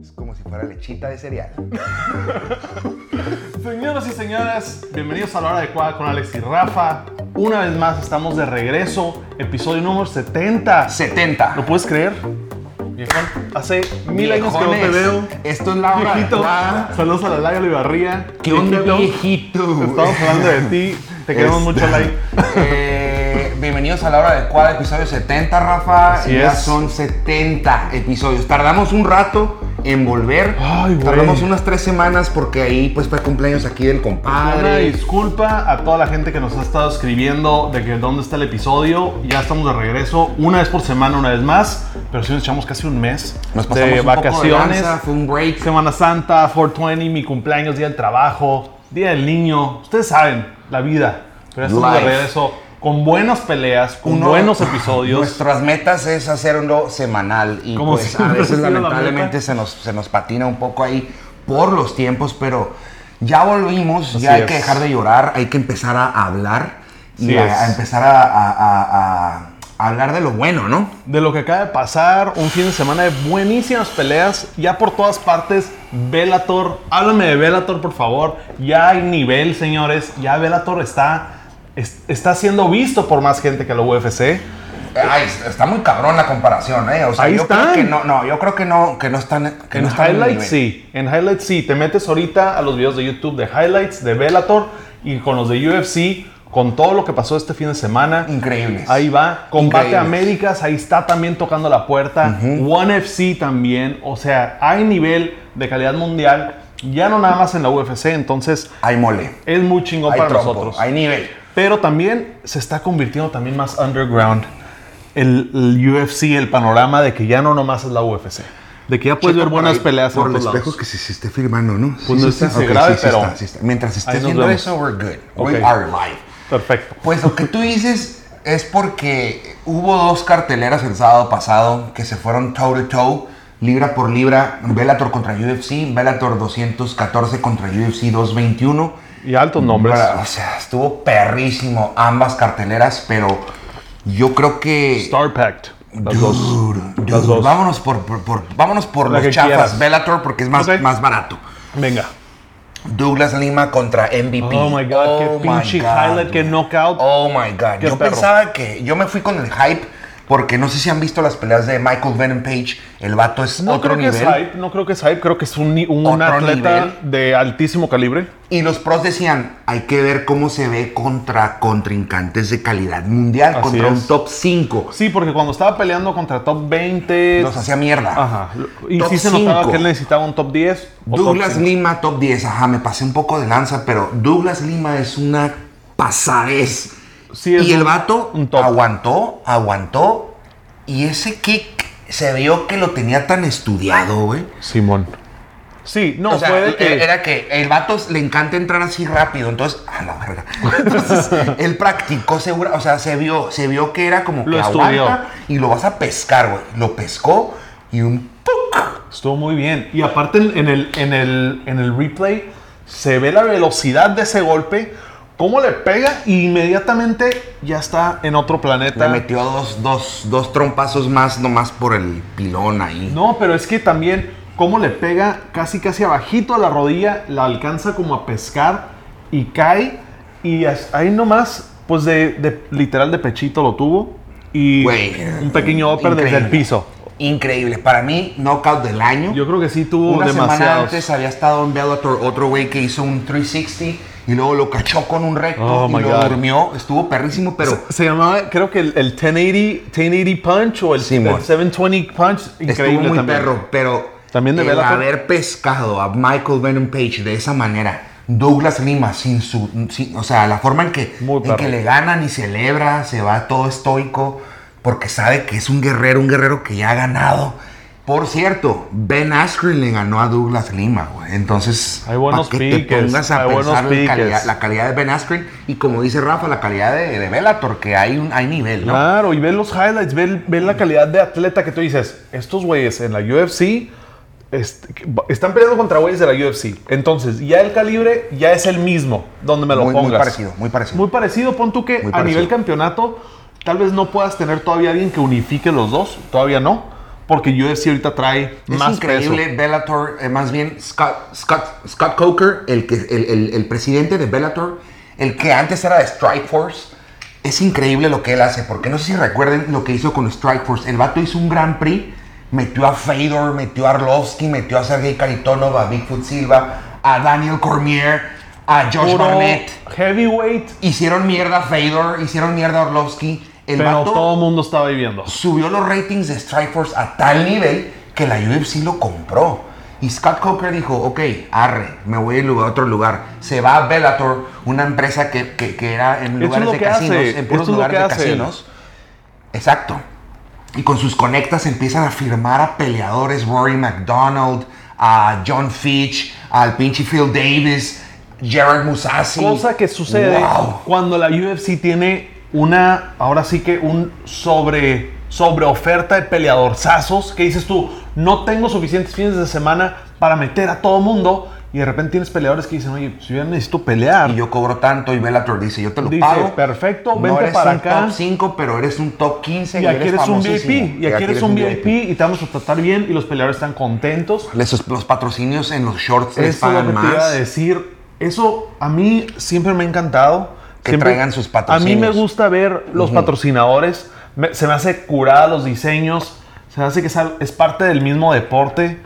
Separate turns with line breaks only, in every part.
Es como si fuera lechita de cereal.
Señoras y señores, bienvenidos a la hora adecuada con Alex y Rafa. Una vez más estamos de regreso, episodio número 70.
70.
¿Lo puedes creer? Viejón, hace mil años que no te
Viejones,
veo.
Esto es la hora.
Viejito,
adecuada.
saludos a la Laia Olivarría.
¿Qué onda,
Viejito,
viejito?
Estamos hablando de ti, te queremos
Este,
mucho, like.
eh, bienvenidos a la hora adecuada, episodio 70, Rafa.
Así
ya
es.
son 70 episodios. Tardamos un rato en volver.
Ay, güey.
Tardamos unas tres semanas porque ahí pues fue cumpleaños aquí del
Una
compadre.
disculpa a toda la gente que nos ha estado escribiendo de que dónde está el episodio. Ya estamos de regreso una vez por semana, una vez más. Pero sí nos echamos casi un mes
Nos pasamos
de
un poco de
vacaciones.
lanza, fue un break.
Semana Santa, 420, mi cumpleaños, día del trabajo, día del niño. Ustedes saben, la vida. Pero ya estamos de
Life.
regreso con buenas peleas, con
Uno-
buenos episodios.
Nuestras metas es hacerlo semanal y
Como
pues a
siempre ha
veces
sido la
lamentablemente
meta.
se nos, se nos patina un poco ahí por los tiempos, pero ya volvimos, ya
Así
hay que
es.
dejar de llorar, hay que empezar a hablar y
Así
a,
es.
a empezar a, a- a- a- a hablar de lo bueno, ¿no?
de lo que acaba de pasar, un fin de semana de buenísimas peleas, ya por todas partes, Velator, háblame de Velator por favor, ya hay nivel señores, ya Velator está, es- está siendo visto por más gente que la UFC,
Ay, está muy cabrón la comparación, ¿eh? O sea,
Ahí
yo creo
están.
que no, no, yo creo que no, que no están, que
en
no están en el
Highlights
nivel.
sí, en Highlights sí, te metes ahorita a los videos de YouTube de Highlights, de Velator y con los de UFC, con todo lo que pasó este fin de semana.
Increíbles.
Ahí va. Combate
Increíble.
Américas, ahí está también tocando la puerta. One FC también. O sea, hay nivel de calidad mundial. Ya no nada más en la UFC, entonces
Hay mole,
es muy chingón
hay
para
trompo,
nosotros.
hay nivel.
Pero también se está convirtiendo también más underground el, el UFC, el panorama de que ya no nomás es la UFC. De que ya puedes ver
Checa
buenas
ahí
peleas en
por el
otros
espejo
lados.
que sí se esté firmando, ¿no?
Pues no es que
está,
se
ok,
grabe, pero-
está, sí está. Mientras esté
Ahí nos
haciendo
vemos.
eso, we're good.
Ok.
We are live.
Perfecto.
Pues lo que tú dices es porque hubo dos carteleras el sábado pasado que se fueron toe to toe, libra por libra, Bellator contra UFC, Bellator 214 contra UFC 221.
Y altos nombres.
Para- o sea, estuvo perrísimo ambas carteleras, pero yo creo que
Star Packed. Las dos.
Dude, dude,
Las dos.
Vámonos por, por- por- vámonos por
La
los
que
chafas,
quieras.
Bellator, porque es más,
Ok.
más barato.
Venga.
Douglas Lima contra MVP.
Oh my God, qué
my
pinche
God,
highlight,
dude.
qué knockout.
Oh my God.
Qué
Yo
perro.
pensaba que. Yo me fui con el hype, porque no sé si han visto las peleas de Michael Venom Page. El vato es
No
otro
creo que es
nivel.
hype, no creo que es hype, creo que es un, ni- un
Otro
atleta de altísimo calibre.
Y los pros decían: hay que ver cómo se ve contra contrincantes de calidad mundial,
Así
contra un
es.
top 5.
Sí, porque cuando estaba peleando contra top 20,
Los hacía mierda.
ajá, y
Top
sí se notaba
cinco.
que él necesitaba un top 10 o top
Douglas
cinco.
Lima, top 10. Ajá, me pasé un poco de lanza, pero Douglas Lima es una pasadez.
Sí, es
y el
un-
vato
un top.
aguantó, aguantó. Y ese kick se vio que lo tenía tan estudiado, güey.
Simón. Sí, no,
o sea, eh,
fue de que
era que el vato le encanta entrar así rápido, entonces, a la verga. Entonces, él practicó segura, o sea, se vio, se vio que era como
Lo
que
estudió.
aguanta y lo vas a pescar, güey. Lo pescó y un
estuvo muy bien. Y aparte en en el, en el, en el replay se ve la velocidad de ese golpe, cómo le pega y inmediatamente ya está en otro planeta.
Le metió dos, dos, dos trompazos más nomás por el pilón ahí.
No, pero es que también cómo le pega casi casi abajito a la rodilla, la alcanza como a pescar y cae y as- ahí nomás, pues de, de- literal de pechito lo tuvo y
Güey,
un pequeño upper desde el
increíble.
piso.
Increíble. Para mí, knockout del año.
Yo creo que sí tuvo
Una semana
demasiados.
antes había estado en Bellator otro güey que hizo un 360 y luego lo cachó con un recto
Oh,
y
my
lo
God.
durmió. Estuvo perrísimo, pero
se, se llamaba, creo que el, el 1080, 1080 punch o el,
Simón.
el 720 punch, increíble
estuvo muy
también.
perro. Pero
También de
el
Bellator.
haber pescado a Michael Venom Page de esa manera, Douglas Lima, sin su, sin- o sea, la forma en que,
Muy
en
perro.
que le ganan y celebra, se va todo estoico, porque sabe que es un guerrero, un guerrero que ya ha ganado. Por cierto, Ben Askren le ganó a Douglas Lima, güey. Entonces,
Hay buenos
pa' que te
piques,
pongas a
hay buenos
pensar la
piques.
calidad, la calidad de Ben Askren y como dice Rafa, la calidad de, de Bellator, que hay, un, hay nivel, ¿no?
Claro, y ve los highlights, ve, ve la calidad de atleta que tú dices. Estos güeyes en la UFC este, que va- están peleando contra güeyes de la UFC. Entonces, ya el calibre ya es el mismo, donde me lo
Muy, muy
pongas.
parecido, muy parecido.
Muy parecido, pon tú que
Muy
a
parecido.
nivel campeonato, tal vez no puedas tener todavía alguien que unifique los dos, todavía no. porque UFC ahorita trae
Es
más
increíble,
peso.
Bellator, eh, más bien Scott, Scott, Scott Coker, el, que, el, el- el presidente de Bellator, el que antes era de Strikeforce, es increíble lo que él hace, porque no sé si recuerden lo que hizo con Strikeforce. El vato hizo un Grand Prix, metió a Fedor, metió a Arlovski, metió a Sergey Karitonov, a Bigfoot Silva, a Daniel Cormier, a Josh
Puro
Barnett.
heavyweight,
Hicieron mierda a Fedor, hicieron mierda a Orlovsky. El
pero
vato
todo el mundo estaba viviendo.
subió los ratings de Strikeforce a tal nivel que la UFC lo compró. Y Scott Coker dijo, ok, arre, me voy a ir a otro lugar. Se va a Bellator, una empresa que, que- que era en
Esto es
lugares
lo
de
que
casinos,
hace,
en puros
esto es lo
lugares
que
de
hace.
casinos. Exacto. Y con sus conectas empiezan a firmar a peleadores, Rory McDonald, a John Fitch, al pinche Phil Davis, Jared Musasi.
Cosa que sucede
Wow.
cuando la UFC tiene una, ahora sí que un sobre, sobre oferta de peleadorzazos que dices tú, no tengo suficientes fines de semana para meter a todo mundo y de repente tienes peleadores que dicen, oye, si yo necesito pelear.
y yo cobro tanto y Bellator dice, yo te lo
Dice,
pago.
"Perfecto,
no
vente
eres
para
un
acá".
top 5, pero eres un top 15 y,
y aquí eres un VIP,
famosísimo.
y aquí eres un VIP y te vamos a tratar bien y los peleadores están contentos.
Les- los patrocinios en los shorts les
Eso es lo
pagan
que te iba a
más.
decir. Eso a mí siempre me ha encantado.
Que
Siempre-
traigan sus
A mí me
patrocinios.
gusta ver los patrocinadores. Me- se me hace curada los diseños. Se me hace que es, al- es parte del mismo deporte.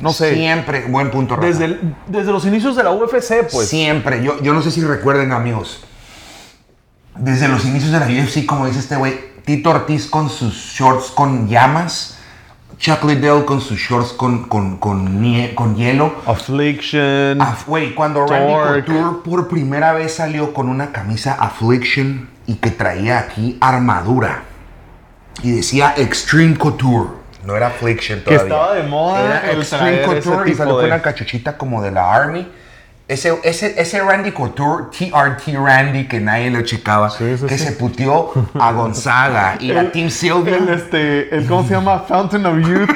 No sé.
Siempre, buen punto, Rafa.
Desde, el- desde los inicios de la UFC, pues.
Siempre. Yo, yo no sé si recuerden, amigos. Desde los inicios de la UFC, como dice este güey, Tito Ortiz con sus shorts con llamas. Chuck Liddell con sus shorts con, con, con, nie- con hielo.
Affliction.
Af- Ah, Güey, cuando Randy
Torque.
Couture por primera vez salió con una camisa Affliction y que traía aquí armadura y decía Extreme Couture, no era Affliction
Que
todavía.
estaba de moda
Era
el
Extreme
traer ese
Couture y
tipo
salió con
de-
una cachuchita como de la Army. Ese, ese, ese Randy Couture, TRT Randy, que nadie lo checaba,
Sí, sí,
que
sí.
se puteó a Gonzaga y a Tim Sylvia.
El, este, el, ¿Cómo se llama? Fountain of Youth.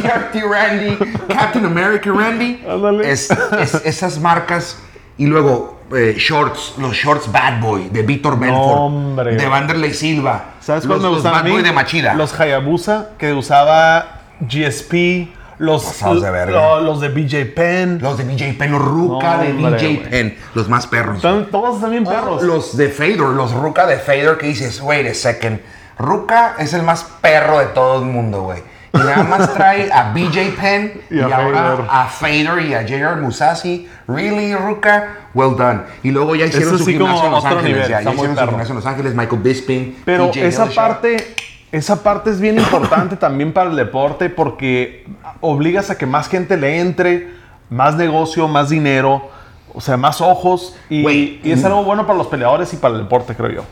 TRT Randy, Captain America Randy.
Ándale.
Es- es- esas marcas. Y luego eh, shorts, los shorts Bad Boy de Víctor Belfort.
hombre.
De Vanderlei Silva.
¿Sabes
los,
cuál me
los
gustaba a
Bad
mí?
Boy de Machida.
Los Hayabusa que usaba GSP, los
Pasados de verga.
lo- los de BJ Penn.
Los de BJ Penn, los Ruca
No,
de
hombre,
BJ
güey.
Penn. Los más perros.
Están- todos también perros.
Ah, Los de Fedor, los Ruca de Fedor que dices, wait a second. Ruca es el más perro de todo el mundo, güey. Y nada más trae a BJ Penn y,
Y a
ahora
Fedor.
a Fedor y a J.R. Musasi. Really, Ruca? Well done. Y luego ya hicieron
Eso
su
sí
gimnasio
como
en Los
otro
Ángeles. ya,
nivel,
ya
está muy
hicieron su
perro.
gimnasio en Los Ángeles, Michael Bisping.
Pero
TJ
esa
Dillashaw.
parte, esa parte es bien importante también para el deporte porque obligas a que más gente le entre, más negocio, más dinero, o sea, más ojos. Y,
Güey, mm.
y es algo bueno para los peleadores y para el deporte, creo yo.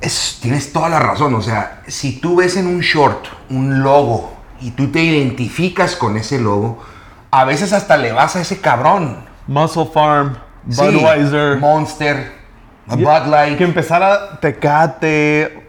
Es- tienes toda la razón. O sea, si tú ves en un short un logo y tú te identificas con ese logo, a veces hasta le vas a ese cabrón.
Muscle Farm,
Sí,
Budweiser.
Monster, Bud
Que
Light.
empezara Tecate,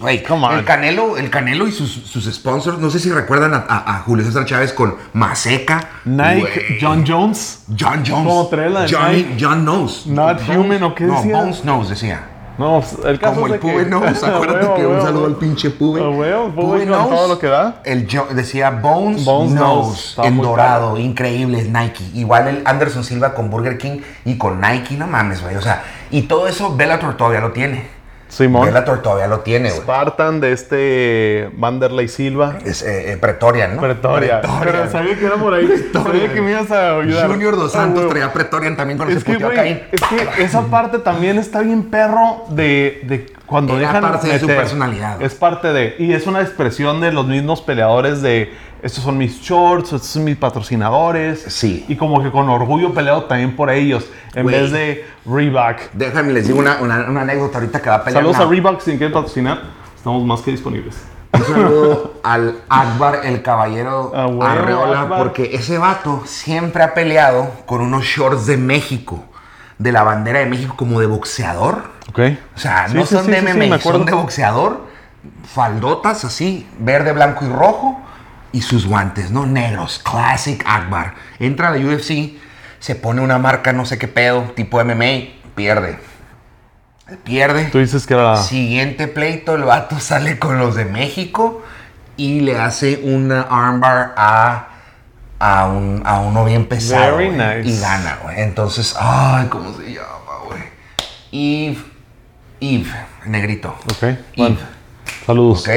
Güey,
come on.
el Canelo, el Canelo y sus, sus sponsors, no sé si recuerdan a, a- a Julio César Chávez con Maseca,
Nike,
güey,
John Jones.
John Jones,
Como trae la de
Johnny-
Nike.
John Knows,
Not human, ¿o qué
no,
decía?
Bones Knows decía,
No, pues, el caso
como
es
el
de que-
Pube Knows, acuérdate
Huevo,
que un
huevo,
saludo al
huevo.
pinche Pube,
Ah, huevo, Pube con
Knows,
todo lo que da.
el Jo- decía Bones,
Bones
Knows,
Knows, estaba
en
muy
dorado, increíble, es Nike, igual el Anderson Silva con Burger King y con Nike, no mames, güey, o sea, y todo eso Bellator todavía lo tiene.
Simón.
Bellator todavía lo tiene, güey.
Spartan de este Vanderlei Silva.
Es eh, eh, Pretoria, ¿no?
Pretoria. Pero sabía que era por ahí. Sabía que me ibas a ayudar.
Junior Dos Santos
Ah, güey.
traía Pretorian también cuando
Es
se
que,
puteó a Ah.
güey,
Caín.
es que esa parte también está bien perro de, de cuando
Era
dejan
parte de su personalidad, güey.
Es parte de... Y es una expresión de los mismos peleadores de... Estos son mis shorts, estos son mis patrocinadores.
Sí.
Y como que con orgullo peleado también por ellos. En
Güey.
vez de Reebok.
Déjame les digo una, una- una anécdota ahorita que va a pelear.
Saludos
la-
a Reebok, si quieren patrocinar, estamos más que disponibles.
Un saludo al Akbar, el caballero
Ah, huevo,
Arreola,
Akbar.
porque ese vato siempre ha peleado con unos shorts de México, de la bandera de México, como de boxeador.
Ok.
O sea,
Sí,
no
sí,
son
sí,
de
sí, sí,
MMA,
me acuerdo.
son de boxeador, faldotas así, verde, blanco y rojo, y sus guantes, ¿no? Negros, classic Akbar. Entra a la UFC, se pone una marca, no sé qué pedo, tipo MMA, pierde. Pierde.
Tú dices que era...
Siguiente pleito, el vato sale con los de México y le hace una armbar a, a, un, a uno bien pesado.
Very
güey,
nice.
Y gana, güey. Entonces, ay, ¿cómo se llama, güey? Eve. Eve, negrito.
Ok,
Eve.
bueno. Saludos.
Ok.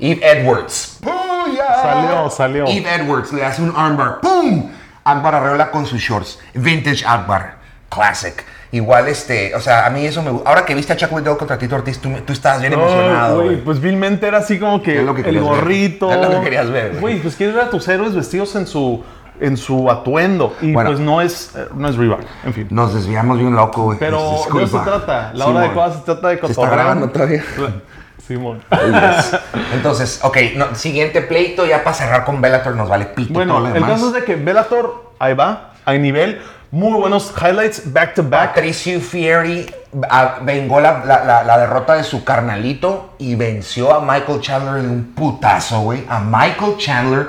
Eve Edwards. ¡Booyah!
Salió, salió.
Eve Edwards le hace un armbar. ¡Pum! Akbar arregla con sus shorts. Vintage Akbar. Classic. Igual, este, o sea, a mí eso me gusta. Ahora que viste a Chuck Liddell contra Tito Ortiz, tú, tú estabas bien emocionado.
Ay, güey,
güey.
pues vilmente era así como que,
Es lo que
el
querías ver.
gorrito.
Es lo que querías ver, güey.
Güey, pues quieres ver a tus héroes vestidos en su en su atuendo y
Bueno.
pues no es eh, no es Reebok, en fin.
Nos desviamos bien loco, güey. Este,
Pero de eso
Disculpa.
se trata. La
Sí,
hora
mon.
adecuada se trata de
Se está grabando todavía.
Simón.
Yes. Entonces, ok, no, siguiente pleito ya para cerrar con Bellator nos vale pito todo
Bueno,
lo
el
demás.
caso es de que Velator ahí va, hay nivel, muy buenos highlights back to back.
Patricio Fieri ah, vengó la, la- la- la derrota de su carnalito y venció a Michael Chandler de un putazo, güey. A Michael Chandler,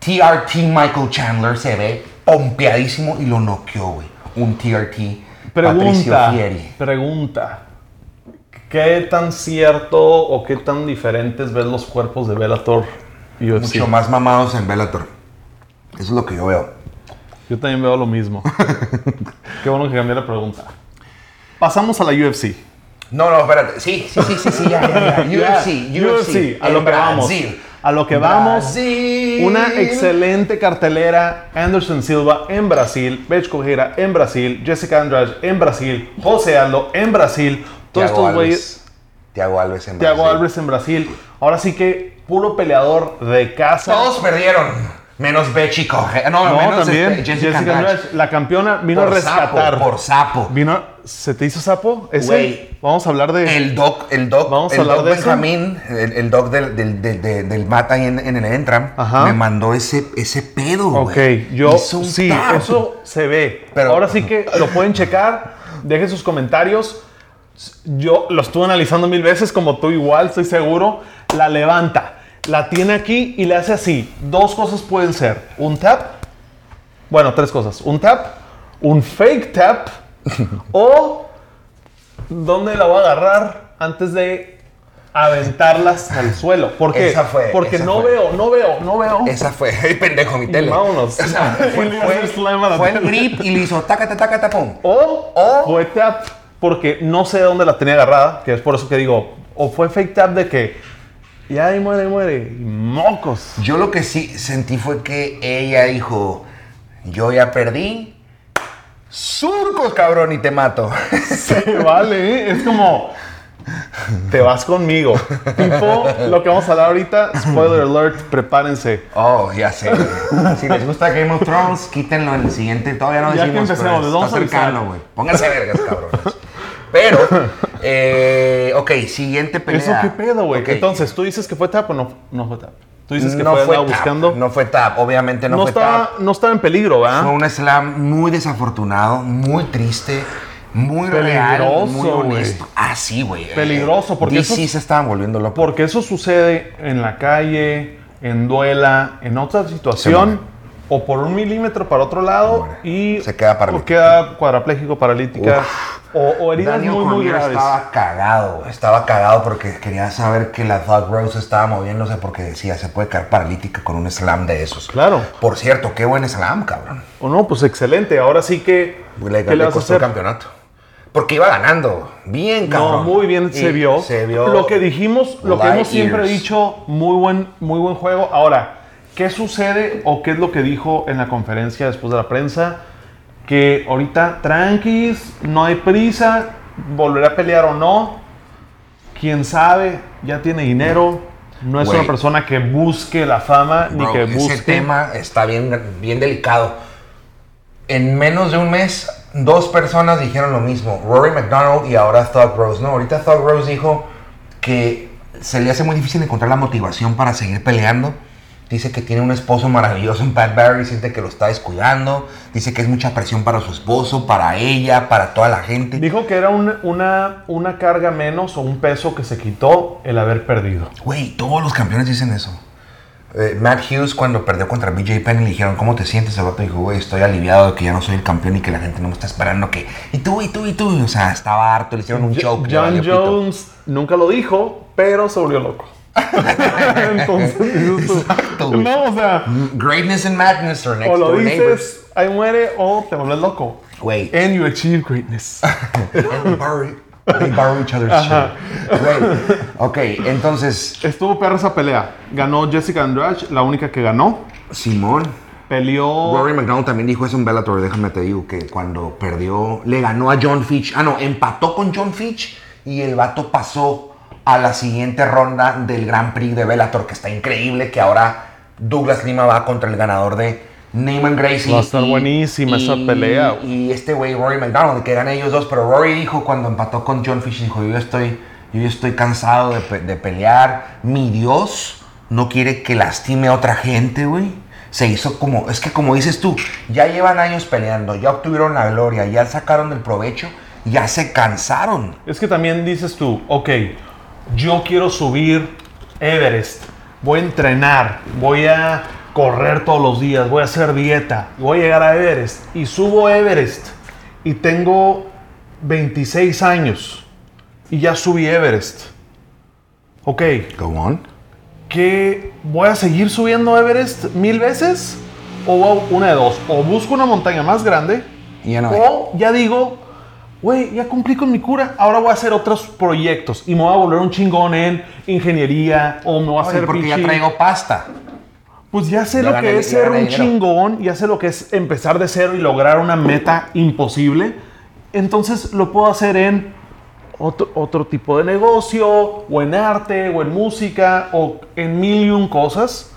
TRT Michael Chandler se ve pompeadísimo y lo noqueó, güey. Un TRT Patricio
Pregunta,
Fieri.
pregunta. ¿Qué tan cierto o qué tan diferentes ves los cuerpos de Velator y UFC?
Mucho más mamados en Bellator. Eso es lo que yo veo.
Yo también veo lo mismo. Qué bueno que cambié la pregunta. Pasamos a la UFC.
No, no, espérate. Sí, sí, sí, sí, sí, ya, ya, ya. UFC,
Ya,
UFC,
a lo
en
que vamos.
Brasil.
A lo que vamos.
Brasil.
Una excelente cartelera. Anderson Silva en Brasil, Bech Cojera en Brasil, Jessica Andrade en Brasil, José Aldo en Brasil. Todos
Thiago
estos
Alves.
güeyes
Thiago Alves en
Thiago
Brasil.
Alves en Brasil. Ahora sí que puro peleador de casa.
Todos perdieron. Menos Bechi Coge. No,
no,
menos
también.
este,
Jessica,
Jessica, Andrade.
Andrade, la campeona, vino
Por
a rescatar.
Sapo, por sapo.
Vino, ¿Se te hizo sapo? ¿Ese?
Güey.
Vamos a hablar de...
El doc, el doc,
Vamos a
el
hablar
doc
de eso.
Benjamín, el, el doc del, del, del, del, del mat ahí en, en el Entram,
Ajá.
me mandó ese, ese pedo,
Ok,
güey.
yo...
Hizo un
Sí,
tap.
eso se ve.
Pero-
Ahora sí que lo pueden checar. Dejen sus comentarios. Yo lo estuve analizando mil veces, como tú igual, estoy seguro. La levanta, la tiene aquí y le hace así. Dos cosas pueden ser. Un tap. Bueno, tres cosas. Un tap, un fake tap o... ¿Dónde la voy a agarrar antes de aventarlas al suelo? ¿Por qué?
Esa fue,
Porque
esa
no
fue.
veo, no veo, no veo.
Esa fue, ay, pendejo, mi tele.
vámonos.
O sea, fue,
Y le hace
fue-
slam a la
fue el
tele.
grip y le hizo tacata, tacata, pum.
O,
O-
fue tap porque no sé dónde la tenía agarrada, que es por eso que digo, o fue fake tap de que ya ahí muere, muere, y mocos.
Yo lo que sí sentí fue que ella dijo, yo ya perdí, surcos, cabrón, y te mato.
Se vale, ¿eh? es como te vas conmigo. Tipo lo que vamos a hablar ahorita, spoiler alert, prepárense.
Oh, ya sé. si les gusta Game of Thrones, quítenlo en el siguiente. Todavía no
Ya que
decimos.
empecemos, les vamos a avisar.
cercano, güey. Pónganse vergas, cabrones. Pero, eh, ok, siguiente pelea.
Eso qué pedo, güey.
Ok.
Entonces, tú dices que fue tap o no, no fue tap. Tú dices que
no
fue,
fue
andaba
tap,
buscando.
No fue tap, obviamente no,
No
fue
estaba, ¿ah?
tap.
no estaba en peligro,
Fue
¿verdad?
un slam muy desafortunado, muy triste, muy real, muy
Peligroso, güey.
honesto. Ah, sí, güey. Eh,
Peligroso, porque
DC
esos-
se estaban volviendo locos.
Porque eso sucede en la calle, en duela, en otra situación, o por un milímetro para otro lado
muere.
y
Se queda paralítico.
o queda cuadrapléjico, paralítica, o, o heridas
Daniel
muy, muy
Cormier
graves.
estaba cagado, güey. estaba cagado porque quería saber que la Thug Rose estaba moviéndose porque decía, se puede quedar paralítica con un slam de esos.
Claro.
Por cierto, qué buen slam, cabrón.
O no, pues excelente. Ahora sí que.
Le,
¿qué
le
vas a
costó el
hacer?
campeonato. Porque iba ganando. Bien,
No,
cabrón.
muy bien se
Y
vio.
Se vio.
Lo que dijimos, lo que
Light
hemos siempre
years.
dicho, muy buen, muy buen juego. Ahora, ¿qué sucede o qué es lo que dijo en la conferencia después de la prensa? Que ahorita tranquis, no hay prisa, volverá a pelear o no. Quién sabe, ya tiene dinero. No es
Güey.
una persona que busque la fama
Bro,
ni que
ese
busque.
tema está bien, bien delicado. En menos de un mes, dos personas dijeron lo mismo. Rory McDonald y ahora Thug Rose. No, ahorita Thug Rose dijo que se le hace muy difícil encontrar la motivación para seguir peleando. Dice que tiene un esposo maravilloso en Pat Barry, siente que lo está descuidando. Dice que es mucha presión para su esposo, para ella, para toda la gente.
Dijo que era un- una, una carga menos o un peso que se quitó el haber perdido.
Güey, todos los campeones dicen eso. Eh, Matt Hughes cuando perdió contra BJ Penn le dijeron, ¿cómo te sientes? El vato dijo, güey, estoy aliviado de que ya no soy el campeón y que la gente no me está esperando que... Y tú, y tú, y tú. O sea, estaba harto, le hicieron un
Jo-
choke. le
John
valió pito.
Jones nunca lo dijo, pero se volvió loco. Entonces, dices tú,
Exacto, güey.
No, o sea,
Greatness and madness are next
o lo
door neighbors.
dices, ahí muere, o te vuelves loco.
Güey.
And you achieve greatness.
And we borrow, we borrow each other's shit. Güey. Ok, entonces,
Estuvo perra esa pelea. Ganó Jessica Andrade, la única que ganó.
Simón.
Peleó.
Rory McDonald también dijo eso en Bellator, déjame te digo, que cuando perdió, le ganó a John Fitch. Ah, no, empató con John Fitch y el vato pasó a la siguiente ronda del Grand Prix de Bellator, que está increíble, que ahora Douglas Lima va contra el ganador de Neyman Gracie.
Va a estar buenísima esa pelea, güey.
Y este güey, Rory McDonald, que ganan ellos dos, pero Rory dijo cuando empató con John Fish, dijo, yo ya estoy, yo ya estoy cansado de, pe- de pelear, mi Dios no quiere que lastime a otra gente, güey. Se hizo como, es que como dices tú, ya llevan años peleando, ya obtuvieron la gloria, ya sacaron el provecho, ya se cansaron.
Es que también dices tú, ok, yo quiero subir Everest, voy a entrenar, voy a correr todos los días, voy a hacer dieta, voy a llegar a Everest y subo Everest y tengo 26 años y ya subí Everest. Ok,
Go on.
que voy a seguir subiendo Everest mil veces o voy a- una de dos, o busco una montaña más grande
Y ya no hay.
o ya digo, güey, ya cumplí con mi cura, ahora voy a hacer otros proyectos y me voy a volver un chingón en ingeniería o me voy a
Oye,
hacer
porque ya
pinche-
traigo pasta.
Pues ya sé
Ya
lo
gané-
que es
ya
ser
gané
un
dinero.
chingón, ya sé lo que es empezar de cero y lograr una meta imposible. Entonces lo puedo hacer en otro, otro tipo de negocio, o en arte, o en música, o en mil y un cosas.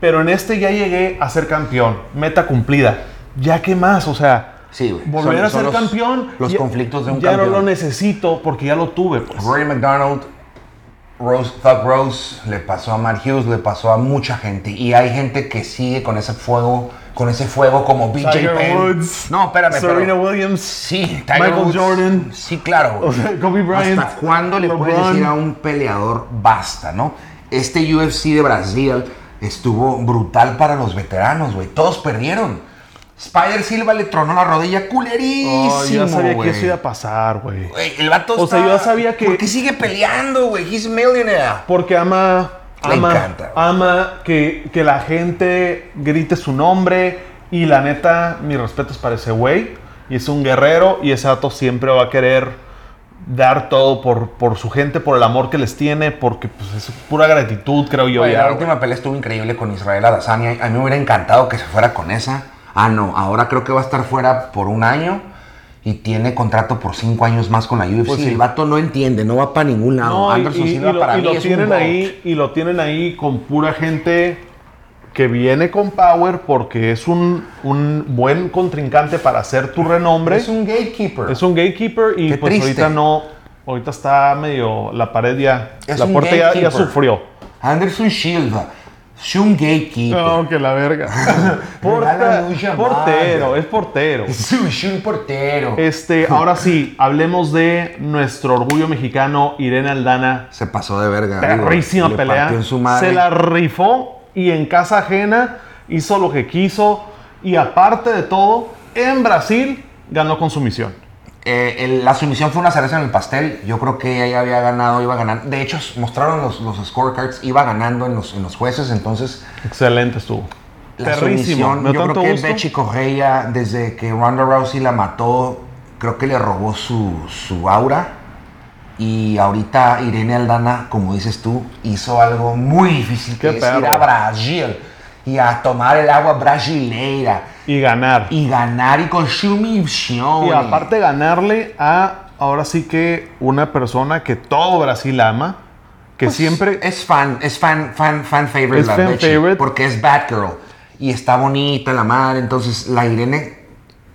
Pero en este ya llegué a ser campeón, meta cumplida. Ya que más, o sea,
Sí, güey.
volver
Son-
a
son
ser
los-
campeón.
los
ya-
conflictos de un
ya
campeón.
no lo necesito porque ya lo tuve. Pues.
Rory McDonald, Rose Thug Rose, le pasó a Matt Hughes, le pasó a mucha gente. Y hay gente que sigue con ese fuego, con ese fuego como BJ
Tiger
Penn.
Woods,
no, espérame, pero-
Serena Williams,
Sí, Tiger
Michael
Woods.
Jordan.
Sí, claro.
O sea, Kobe Bryant,
¿Hasta cuándo le puedes
LeBron.
decir a un peleador basta, no? Este UFC de Brasil estuvo brutal para los veteranos, güey. Todos perdieron. Spider Silva le tronó la rodilla culerísimo,
Oh, ya sabía que
güey.
eso iba a pasar, güey.
Güey, el vato
O sea,
está-
yo sabía que-
¿Por qué sigue peleando, güey? He's millionaire.
Porque ama,
Le
ama,
encanta.
ama que, que la gente grite su nombre. Y la neta, mis respetos para ese güey. Y es un guerrero y ese dato siempre va a querer dar todo por, por su gente, por el amor que les tiene, porque pues, es pura gratitud, creo yo.
Güey,
ya,
la
güey.
última pelea estuvo increíble con Israel Adesanya. A mí me hubiera encantado que se fuera con esa. Ah, no, ahora creo que va a estar fuera por un año y tiene contrato por cinco años más con la UFC.
Pues sí.
El vato no entiende, no va para ningún lado.
No, y-
Anderson
y, y
Silva
lo,
para
y
mí
lo
es un
tienen
GOAT.
ahí y lo tienen ahí con pura gente que viene con power porque es un, un buen contrincante para hacer tu renombre.
Es un gatekeeper.
Es un gatekeeper y
Qué
pues
triste.
ahorita no, ahorita está medio la pared ya,
Es
la
un
puerta ya, ya
gatekeeper.
sufrió.
Anderson Silva. Es un gatekeeper.
No, que la verga.
Regala mucha
portero,
madre.
es portero.
Es un- es un portero.
Este, ahora sí, hablemos de nuestro orgullo mexicano, Irene Aldana.
Se pasó de verga. digo,
Perrísima
le
pelea.
partió en su madre.
Se la rifó y en casa ajena hizo lo que quiso. Y aparte de todo, en Brasil ganó con sumisión.
Eh, el- la sumisión fue una cereza en el pastel. Yo creo que ella ya había ganado, iba ganando. De hecho, mostraron los, los scorecards, iba ganando en los, en los jueces. Entonces,
Excelente estuvo.
la
Perrísimo,
sumisión.
me dio
yo creo
tanto
que
gusto.
Bechi Correa, desde que Ronda Rousey la mató, creo que le robó su, su aura. Y ahorita Irene Aldana, como dices tú, hizo algo muy difícil, que
Qué
es ir
perro.
a Brasil y a tomar el agua brasileira
Y ganar.
y ganar y con sumisión.
Y aparte ganarle a ahora sí que una persona que todo Brasil ama, que
Pues,
siempre
es fan, es fan, fan, fan favorite
Es
la
fan
Bechi,
favorite.
porque es Batgirl y está bonita la madre, entonces la Irene,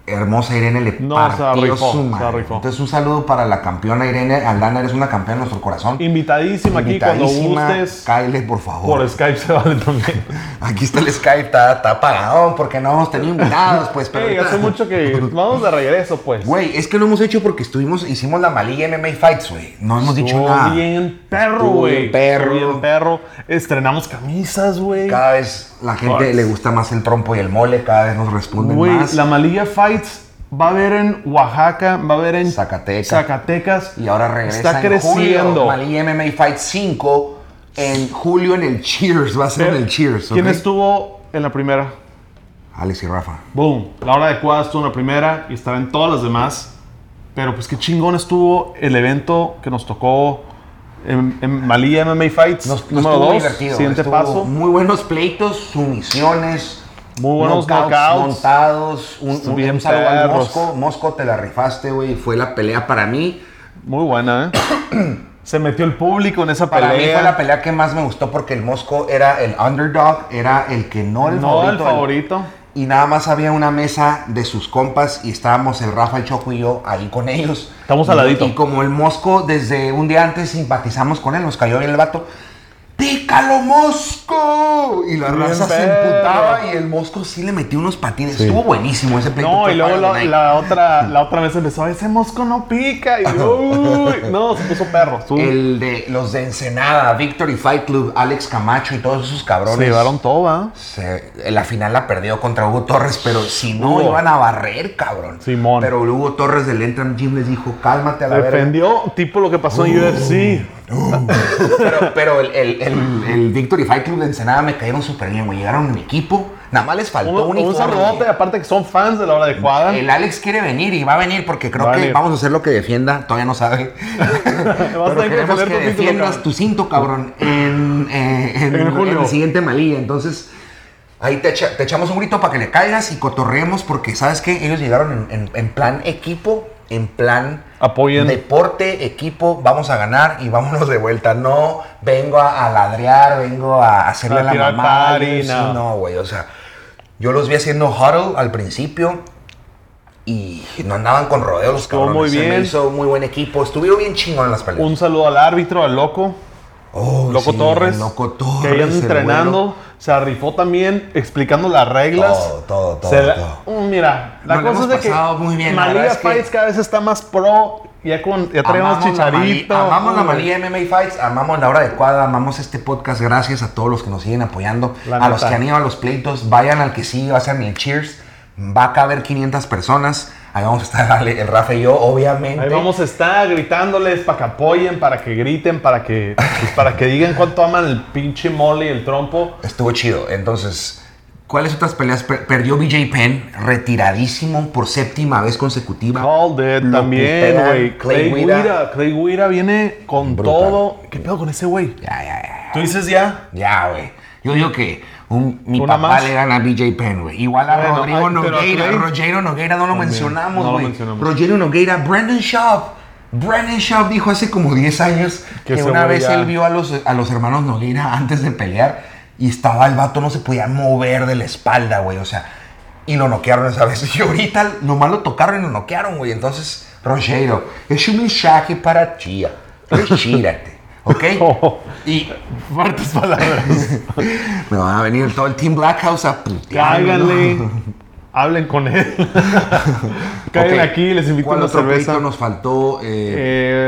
hermosa Irene le
No, se la
partió
rifó,
su
se la
madre.
rifó.
Entonces un saludo para la campeona Irene Aldana, eres una campeona en nuestro corazón.
invitadísima aquí cuando
Invitadísima,
gustes
cáele, por favor.
por Skype se vale también.
Aquí está el Skype, está, está apagado porque no hemos tenido invitados, pues. Pero
Ey,
ahorita-
hace mucho que vamos de regreso pues.
Güey, es que lo hemos hecho porque estuvimos, hicimos la malilla MMA Fights, güey. No hemos dicho
Estuvo
nada.
bien perro,
Estuvo
güey.
bien perro.
Estuvo bien perro. Estrenamos camisas, güey.
Cada vez la gente
Ahora
le
sí.
gusta más el trompo y el mole, cada vez nos responden
Güey,
más.
la Malilla Fights va a haber en Oaxaca, va a haber en
Zacatecas.
Zacatecas.
Y ahora regresa
Está
en julio,
creciendo.
Malí MMA Fight 5 en julio en el Cheers. Va a ser en el Cheers.
¿Quién
¿ok?
estuvo en la primera?
Alex y Rafa.
Boom. La hora adecuada estuvo en la primera y estaba en todas las demás. Pero pues qué chingón estuvo el evento que nos tocó en, en Malía MMA Fights.
Nos, nos
número
estuvo
dos,
divertido.
Siguiente
estuvo
paso.
Muy buenos pleitos, sumisiones.
Muy buenos knockouts.
montados. Un, un,
Bien
un saludo al
perros.
Mosco. Mosco, te la rifaste, güey. Fue la pelea para mí.
Muy buena, ¿eh? Se metió el público en esa
Para
pelea.
mí fue la pelea que más me gustó porque el Mosco era el underdog, era el que no era el
no,
favorito.
el favorito.
Y nada más había una mesa de sus compas y estábamos el Rafa, el Choco y yo ahí con ellos.
Estamos al
Y-
ladito.
Y como el Mosco desde un día antes simpatizamos con él, nos cayó bien el vato. ¡Pícalo, Mosco! Y la
Bien
raza se
perro.
emputaba y el Mosco sí le metió unos patines. Estuvo buenísimo ese pleito.
No,
fue
y luego
para
la,
Donai.
la otra, la otra vez empezó, ese mosco no pica. Y yo, uy, no, se puso perro. estuvo-
El de los de Ensenada, Victory Fight Club, Alex Camacho y todos esos cabrones.
se llevaron todo, ¿ah? ¿va?
Se- la final la perdió contra Hugo Torres, pero si no
Hugo.
iban a barrer, cabrón.
Simón.
Pero Hugo Torres del Entram Gym les dijo, cálmate a la verga.
Defendió tipo lo que pasó en UFC.
Pero, pero el, el- el- el Victory Fight Club de Ensenada me cayeron súper bien, güey. Llegaron en mi equipo. Nada más les faltó
Un,
un,
un saludote, aparte que son fans de la hora adecuada.
El Alex quiere venir y va a venir porque creo
Va a
que
venir.
vamos a hacer lo que defienda. Todavía no sabe.
Vas a
Pero
tener que
queremos
defender
que
tu título,
defiendas
cabrón.
tu cinto, cabrón, en, eh, en-
En julio.
en el siguiente malilla. Entonces, ahí te, echa- te echamos un grito para que le caigas y cotorreemos porque, ¿sabes qué? Ellos llegaron en, en- en plan equipo, en plan
Apoyen.
deporte, equipo, vamos a ganar y vámonos de vuelta. No vengo a, a ladrear, vengo a hacerle
A
la
tirar
mamá.
party, no.
no, güey, o sea, yo los vi haciendo huddle al principio y no andaban con rodeos los
Estuvo
cabrones.
muy
Se me
bien.
hizo muy buen equipo, estuvieron bien chingón las peleas.
Un saludo al árbitro, al loco.
Oh,
Loco
sí,
Torres.
el Loco Torres.
Que iban
el
entrenando.
güero.
Se rifó también explicando las reglas.
Todo, todo, todo,
Se la-
todo.
Uh, mira, la
Nos la
cosa es
hemos
de que
pasado muy bien, la
María
verdad es que-
Fights cada vez está más pro. Ya, con, ya traemos
Amamos la Mali-
chicharito.
amamos la
Uh,
Malía MMA Fights, amamos la hora adecuada, amamos este podcast. Gracias a todos los que nos siguen apoyando,
La
a los
neta.
que han ido a los pleitos. Vayan al que sí, va a ser mi cheers. Va a caber 500 personas. Ahí vamos a estar Ale- el Rafa y yo, obviamente.
Ahí vamos a estar gritándoles para que apoyen, para que griten, para que, pues, para que digan cuánto aman el pinche mole y el trompo.
Estuvo chido. Entonces, ¿cuáles otras peleas? Per- perdió BJ Penn, retiradísimo por séptima vez consecutiva.
Called it
Lo
también,
putean,
güey. Clay
Clay Guida.
Guida. Clay Guida viene con
Brutal.
todo. ¿Qué pedo con ese güey?
Ya, ya, ya.
Tú dices ya.
Ya, güey. Yo digo que un- mi
Una
papá
más.
le gana a BJ Penn, güey. Igual a
Bueno,
Rodrigo
ay, pero a
Nogueira.
Clay-
Rogero Nogueira no lo mencionamos,
no lo
güey.
mencionamos.
Rogero Nogueira, Brandon Schaub. Brandon Schaub dijo hace como 10 años
Que
que,
ese
una
güey
vez
ya-
él vio a los, a los hermanos Nogueira antes de pelear y estaba el vato, no se podía mover de la espalda, güey. O sea, y lo noquearon esa vez. Y ahorita nomás lo tocaron y lo noquearon, güey. Entonces, Rogero, es un mensaje para tía. Retírate, ¿ok? Y
Fuertes palabras.
me van a venir todo el Team Black House a putearme, ¿no?
Cáiganle. Hablen con él. Caigan
Ok.
aquí, les invito
¿Cuál
una
otro
cerveza.
pleito Mm. nos faltó? Eh,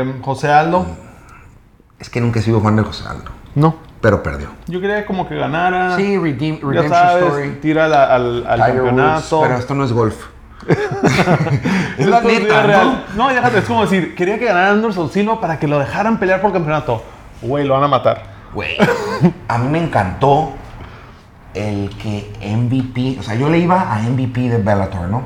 Eh, José Aldo.
Es que nunca he sido fan de José Aldo,
No.
pero perdió.
Yo quería como que ganara.
Ah. Sí, Redeem-
Ya
Redemption
sabes,
Story.
tira la- al, al
Tiger Woods,
campeonato.
pero esto no es golf. es
Esto
la
es vida
neta,
real.
¿no?
No, déjate, es como decir, quería que ganara Anderson Silva para que lo dejaran pelear por campeonato. Güey, lo van a matar.
Güey, a mí me encantó el que MVP, o sea, yo le iba a MVP de Bellator, ¿no?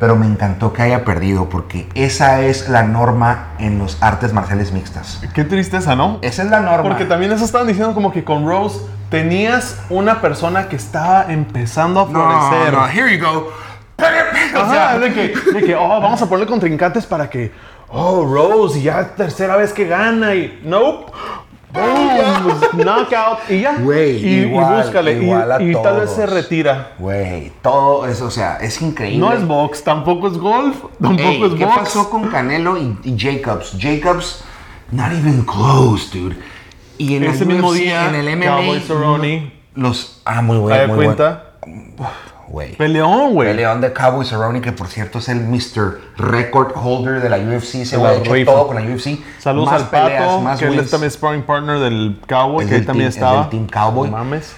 Pero me encantó que haya perdido porque esa es la norma en los artes marciales mixtas.
Qué tristeza, ¿no?
Esa es la norma.
Porque también eso estaban diciendo como que con Rose tenías una persona que estaba empezando a
No,
florecer.
no, here you go. O
Ajá,
sea,
de que, de que, oh, vamos a ponerle contrincantes para que, oh, Rose, y ya tercera vez que gana, y nope. Boom, knockout, y ya.
Güey,
y, y
igual,
búscale, y-
igual a
y tal vez se
todos.
retira.
Güey, todo eso, o sea, es increíble.
No es box, tampoco es golf, tampoco
Ey,
es box.
¿Qué pasó con Canelo y, y Jacobs? Jacobs, not even close, dude. Y en la
Ese mismo
UFC,
día,
en el MMA,
Cowboy Cerrone
los. Ah, muy
¿Te
bueno,
das
muy bueno.
cuenta?
Güey.
Peleón, güey.
Peleón de Cowboy Cerrone, que por cierto es el Mr. Record Holder de la UFC. Se
la
ha hecho
rifa.
todo con la UFC.
Saludos
Más
al Pato,
peleas, más
que él es
wins.
también sparring partner del Cowboy,
Es
que él
del
también
team- es
estaba.
del team Cowboy.
No mames.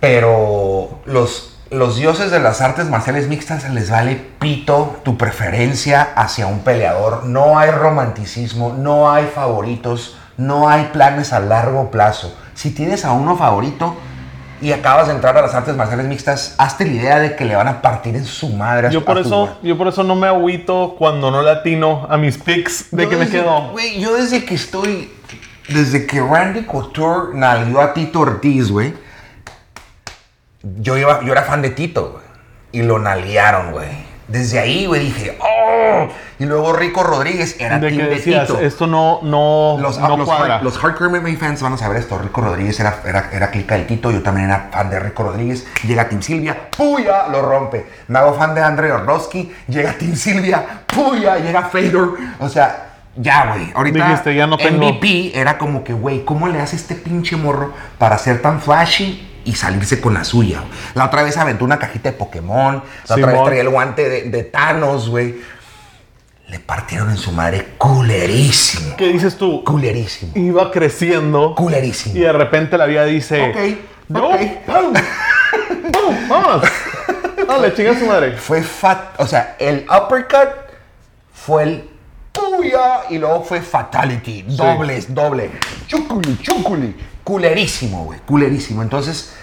pero los, los dioses de las artes marciales mixtas les vale pito tu preferencia hacia un peleador. No hay romanticismo, no hay favoritos, No hay planes a largo plazo. Si tienes a uno favorito y acabas de entrar a las artes marciales mixtas, hazte la idea de que le van a partir en su madre. a-
Yo por,
a tu
eso,
güey.
yo por eso no me agüito cuando no latino a mis picks de
Yo
que me
desde-
quedo.
Güey, yo desde que estoy. Desde que Randy Couture nalgó a Tito Ortiz, güey. Yo, iba- yo era fan de Tito, güey. Y lo nalguearon, güey. Desde ahí, güey, dije, ¡oh! Y luego Rico Rodríguez era
De
team
que
de
decías,
Tito.
esto no, no,
Los,
no
los,
cuadra.
hard- los hardcore MMA fans van a saber esto. Rico Rodríguez era, era, era clica del Tito. Yo también era fan de Rico Rodríguez. Llega Tim Silvia, ¡puya! Lo rompe. Me hago fan de Andrei Orlovsky. Llega Tim Silvia, ¡puya! Llega Fedor. O sea, ya, güey. Ahorita
Dijiste, ya no tengo.
MVP era como que, güey, ¿cómo le hace este pinche morro para ser tan flashy? Y salirse con la suya. güey? La otra vez aventó una cajita de Pokémon. La otra vez
Simón.
traía el guante de, de Thanos, güey. Le partieron en su madre culerísimo.
¿Qué dices tú?
Culerísimo.
Iba creciendo y
Culerísimo.
de repente la vida dice...
Ok,
"No,
ok.
¡Pum! ¡Pum! ¡Vamos! ¡Dale, chinga su madre!
Fue fat. O sea, el uppercut fue el puya y luego fue fatality. Dobles, doble. Chuculi, chuculi. Culerísimo, güey. Culerísimo. Entonces.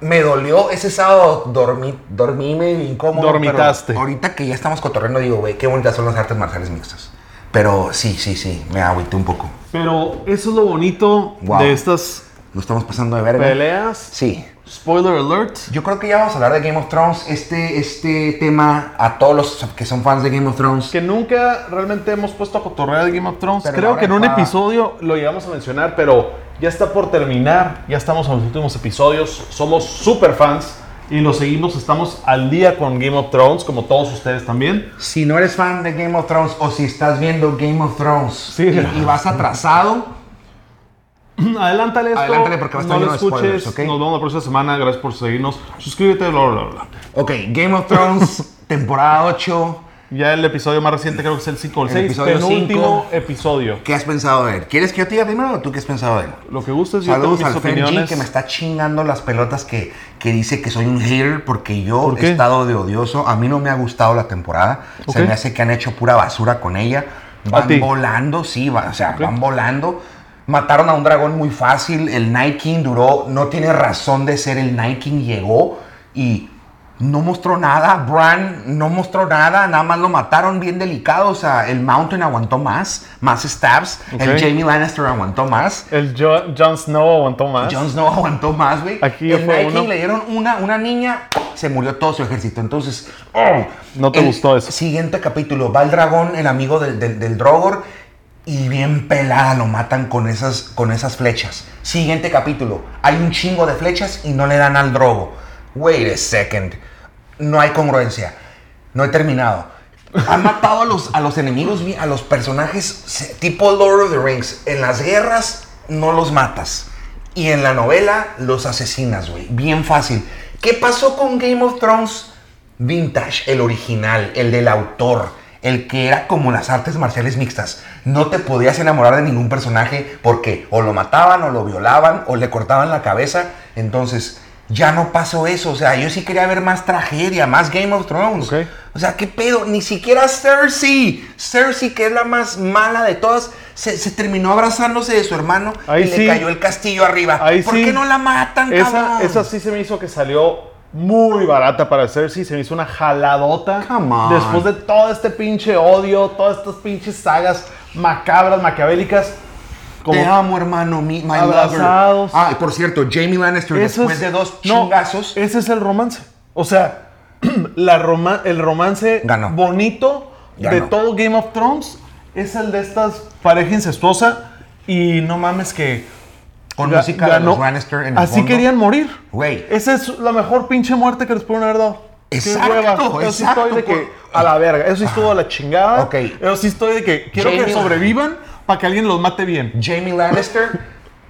Me dolió ese sábado, dormí, dormí medio incómodo. pero
Dormitaste.
ahorita que ya estamos cotorreando, digo, güey, qué bonitas son las artes marciales mixtas. Pero sí, sí, sí, me agüité un poco.
Pero eso es lo bonito
Wow.
de estas
Lo estamos pasando de verga.
peleas.
Sí,
Spoiler alert.
Yo creo que ya vamos a hablar de Game of Thrones. Este, este tema a todos los que son fans de Game of Thrones.
Que nunca realmente hemos puesto a cotorrear de Game of Thrones.
Pero
Creo
ahora
que en un
está-
episodio lo llegamos a mencionar, pero ya está por terminar. Ya estamos en los últimos episodios. Somos super fans y lo seguimos. Estamos al día con Game of Thrones, como todos ustedes también.
Si no eres fan de Game of Thrones o si estás viendo Game of Thrones
Sí.
y, y vas atrasado,
Adelántale esto.
Adelántale porque va a estar
no lo
lleno de spoilers,
escuches.
¿ok?
Nos vemos la próxima semana. Gracias por seguirnos. Suscríbete, bla, bla, bla.
ok, Game of Thrones, temporada 8.
Ya el episodio más reciente creo que es el 5 o el
El
6.
episodio
Penúltimo episodio.
¿Qué has pensado de él? ¿Quieres que yo te diga primero o tú qué has pensado de él?
Lo que gustes, yo tengo
Saludos
mis
al Fergie
opiniones.
que me está chingando las pelotas que, que dice que soy un hater porque yo
¿Por
he
qué?
estado de odioso. A mí no me ha gustado la temporada. Se
Ok.
me hace que han hecho pura basura con ella. Van
ti?
volando, sí, va- o sea,
Ok.
van volando. Mataron a un dragón muy fácil. El Night King duró, no tiene razón de ser. El Night King llegó y no mostró nada. Bran no mostró nada, nada más lo mataron bien delicado. O sea, el Mountain aguantó más, más stabs. El
Ok.
Jamie Lannister aguantó más.
El Jo- Jon Snow aguantó más.
Jon Snow aguantó más, güey.
Aquí
el
fue
Night
uno.
King le dieron una, una niña, se murió todo su ejército. Entonces, oh,
No te
el
gustó eso.
Siguiente capítulo, va el dragón, el amigo del, del, del Drogor, y bien pelada lo matan con esas, con esas flechas. Siguiente capítulo, hay un chingo de flechas y no le dan al Drogo. Wait a second, no hay congruencia. No he terminado. Han matado a los, a los enemigos, vi- a los personajes se- tipo Lord of the Rings. En las guerras no los matas. Y en la novela los asesinas, güey. Bien fácil. ¿Qué pasó con Game of Thrones? Vintage, el original, el del autor, el que era como las artes marciales mixtas. No te podías enamorar de ningún personaje porque o lo mataban o lo violaban o le cortaban la cabeza. Entonces, ya no pasó eso. O sea, yo sí quería ver más tragedia, más Game of Thrones.
Ok.
O sea, ¿qué pedo? Ni siquiera Cersei. Cersei, que es la más mala de todas, se, se terminó abrazándose de su hermano
Ahí
y le
sí.
cayó el castillo arriba.
Ahí
¿Por
sí.
qué no la matan,
Esa,
cabrón?
esa sí se me hizo que salió muy barata para Cersei. Se me hizo una jaladota.
Come on.
Después de todo este pinche odio, todas estas pinches sagas macabras, maquiavélicas.
Te
Como
amo, hermano, mi, my
Abrazados.
lover. Ah, y por cierto, Jamie Lannister,
Eso
después
es-
de dos
no, eh,
chingazos,
ese es el romance. O sea, la roma- el romance
Ganó.
bonito de
Ganó.
todo Game of Thrones es el de estas pareja incestuosa. Y no mames que.
con
ga-
música de
ganó.
los Lannister en el
Así
fondo.
querían morir.
Güey.
Esa es la mejor pinche muerte que les pudieron haber dado. Qué
Exacto,
hueva. Yo sí estoy
exacto,
de que
por-
a la verga. Eso sí estuvo a la chingada.
Ok.
Yo sí estoy de que quiero que
Jamie-
sobrevivan para que alguien los mate bien.
Jamie Lannister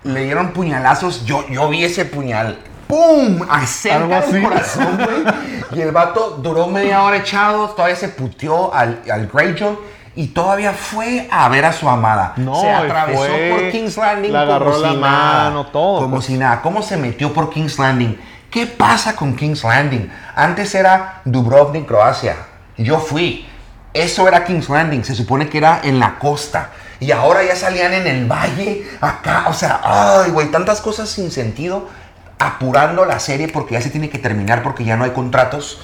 le dieron puñalazos. Yo, yo vi ese puñal. ¡Pum!
Algo
Acerca
así.
del corazón, güey. Y el vato duró media hora echado, todavía se puteó al, al Greyjoy y todavía fue a ver a su amada.
No,
se
y
atravesó
fue,
por King's Landing
le agarró
como
la
si
mano,
nada.
todo,
Como
pues.
si nada. ¿Cómo se metió por King's Landing? ¿Qué pasa con King's Landing? Antes era Dubrovnik, Croacia. Yo fui. Eso era King's Landing. Se supone que era en la costa. Y ahora ya salían en el valle, acá, o sea, ay, güey, tantas cosas sin sentido, apurando la serie porque ya se tiene que terminar porque ya no hay contratos,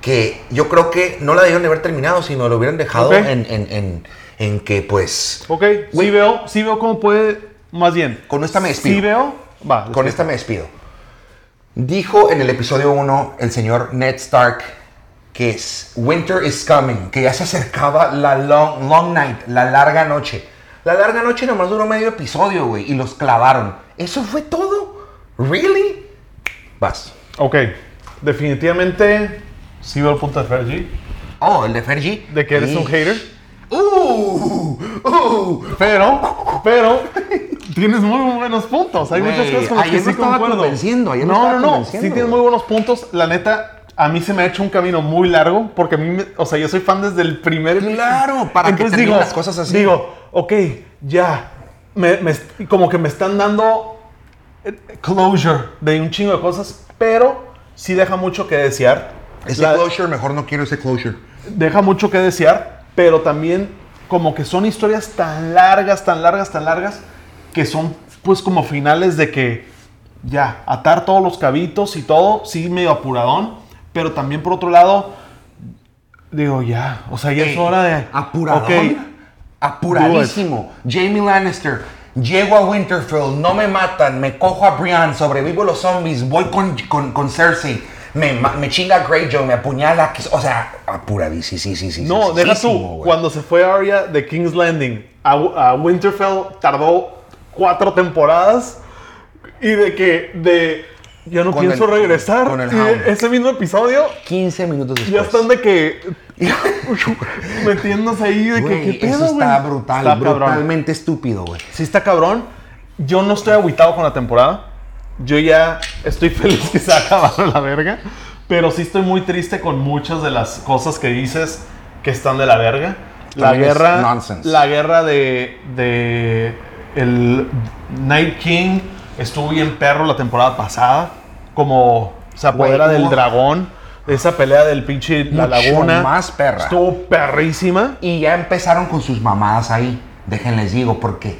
que yo creo que no la debieron de haber terminado, sino lo hubieran dejado
Ok.
en, en- en- en que, pues,
Ok, sí veo, sí veo cómo puede, más bien.
Con esta me despido.
Sí veo, va.
con
despide.
esta me despido. Dijo en el episodio 1 el señor Ned Stark que es Winter is coming, que ya se acercaba la long, long night, la larga noche. La larga noche nomás duró medio episodio, güey, y los clavaron. ¿Eso fue todo? ¿Really? Vas.
Ok, definitivamente sí veo el punto de Fergie,
Oh, el de Fergie.
de que eres
Sí.
un hater,
¡Uh! ¡Uh!
pero, pero, tienes muy buenos puntos. Hay muchas
Güey,
cosas con las que
ayer
sí
me estaba
concuerdo.
convenciendo, ayer me
no,
estaba
no, no, sí
convenciendo,
tienes
güey.
muy buenos puntos. La neta, a mí se me ha hecho un camino muy largo, porque a mí, me- o sea, yo soy fan desde el primer...
Claro, para que
Entonces
terminen
digo,
las cosas así.
Digo, ok, ya, me- me- como que me están dando eh, closure de un chingo de cosas, pero sí deja mucho que desear.
Ese
La-
closure, mejor no quiero ese closure.
deja mucho que desear, pero también como que son historias tan largas, tan largas, tan largas, que son pues como finales de que ya, atar todos los cabitos y todo, sí, medio apuradón, pero también por otro lado, digo ya, o sea, ya es
Ey,
hora de...
Apuradón.
Ok,
Apuradísimo. Jamie Lannister. Llego a Winterfell, no me matan, me cojo a Brian, sobrevivo los zombies, voy con, con, con Cersei, me, ma- me chinga Greyjoy, me apuñala. que- O sea, apuradísimo, sí, sí, sí.
No,
sí,
deja
sí,
tú.
güey.
Cuando se fue Arya de King's Landing a, a Winterfell, tardó cuatro temporadas. Y de que, de. Ya no
Con
pienso
el-
regresar.
con el
y
Hound. Pues.
ese mismo episodio,
15 minutos después.
ya están de que. metiéndose ahí de
Güey,
que. ¿Qué pedo,
eso está
güey?
brutal,
Está cabrón.
brutalmente estúpido, güey.
Sí, está cabrón. Yo no estoy aguitado con la temporada. Yo ya estoy feliz que se ha acabado la verga. Pero sí estoy muy triste con muchas de las cosas que dices que están de la verga. La
También es
guerra,
nonsense.
la guerra de, de el Night King estuvo bien perro la temporada pasada. Como se apodera
Güey,
del
hubo-
dragón. Esa pelea del pinche La
Mucho
Laguna.
más perra.
Estuvo perrísima.
Y ya empezaron con sus mamadas ahí. Déjenles digo, porque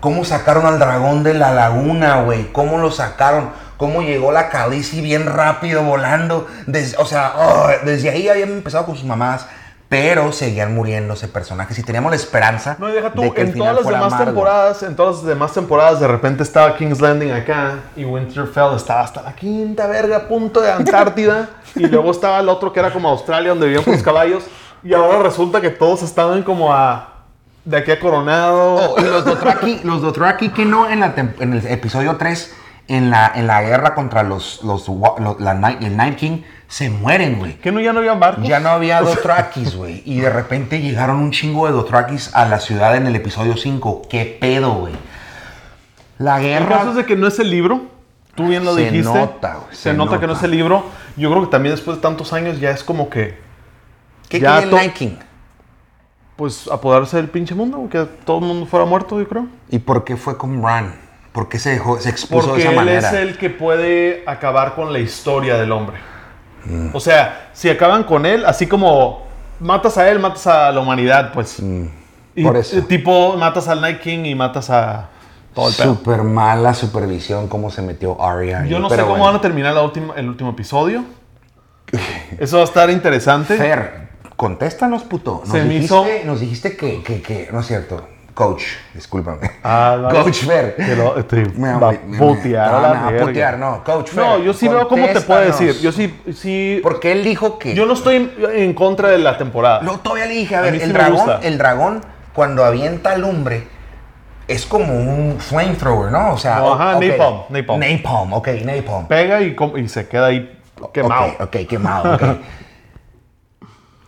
cómo sacaron al dragón de la laguna, güey. Cómo lo sacaron. Cómo llegó la Khaleesi bien rápido volando. Des- o sea, oh, desde ahí habían empezado con sus mamadas. Pero seguían muriéndose personajes y teníamos la esperanza
No, y deja tú,
de que el
en
final
todas las
fuera
demás
amargo.
temporadas, en todas las demás temporadas, de repente estaba King's Landing acá y Winterfell estaba hasta la quinta verga, punto de Antártida. y luego estaba el otro que era como Australia, donde vivían los caballos. Y ahora resulta que todos estaban como a. de aquí a Coronado.
Oh, y los Dothraki, los Dothraki que no en, la tem- en el episodio 3, en la, en la guerra contra los, los, wa- los- la Night- el Night King, se mueren, güey.
Que no, ya no había barcos.
Pues Ya no había Dothrakis, güey. Y de repente llegaron un chingo de Dothrakis a la ciudad en el episodio 5. ¿Qué pedo, güey? La
El
guerra.
caso es de que no es el libro. Tú bien lo
Se
dijiste.
nota, güey,
se,
se
nota, que no
nota.
es el libro. Yo creo que también después de tantos años ya es como que.
¿Qué
ya
quiere el
to-
Night King?
Pues apoderarse del pinche mundo, que todo el mundo fuera muerto, yo creo.
¿Y por qué fue con Bran? ¿Por qué se, dejó, se expuso
Porque
de esa
él
manera?
es el que puede acabar con la historia del hombre. O sea, si acaban con él, así como matas a él, matas a la humanidad, pues. Y
Mm. por eso.
eh, Tipo, matas al Night King y matas a todo el pedo.
Súper mala supervisión, cómo se metió Arya. ahí,
Yo no sé
pero
cómo van
bueno.
a terminar la última- el último episodio. Eso va a estar interesante.
Fer, contéstanos, puto. Nos
Se me
dijiste,
hizo-
nos dijiste que, que, que- No es cierto. Coach, discúlpame.
Ah, la-
Coach Fer.
Te lo- te
Me
va a
me- me-
putear a
no,
la
no,
verga.
putear, no. Coach Fer.
No, yo sí veo cómo te puedo
contéstanos.
decir. Yo sí, sí.
Porque él dijo que.
Yo no estoy en contra de la temporada.
Luego todavía le dije, a
A
ver,
mí sí
el,
me
dragón,
gusta.
el dragón, cuando avienta lumbre, es como un flamethrower, ¿no? O sea.
No,
o-
ajá,
ok.
napalm, napalm.
Napalm, ok, napalm.
pega y, com- y se queda ahí quemado.
Ok, ok, quemado, ok.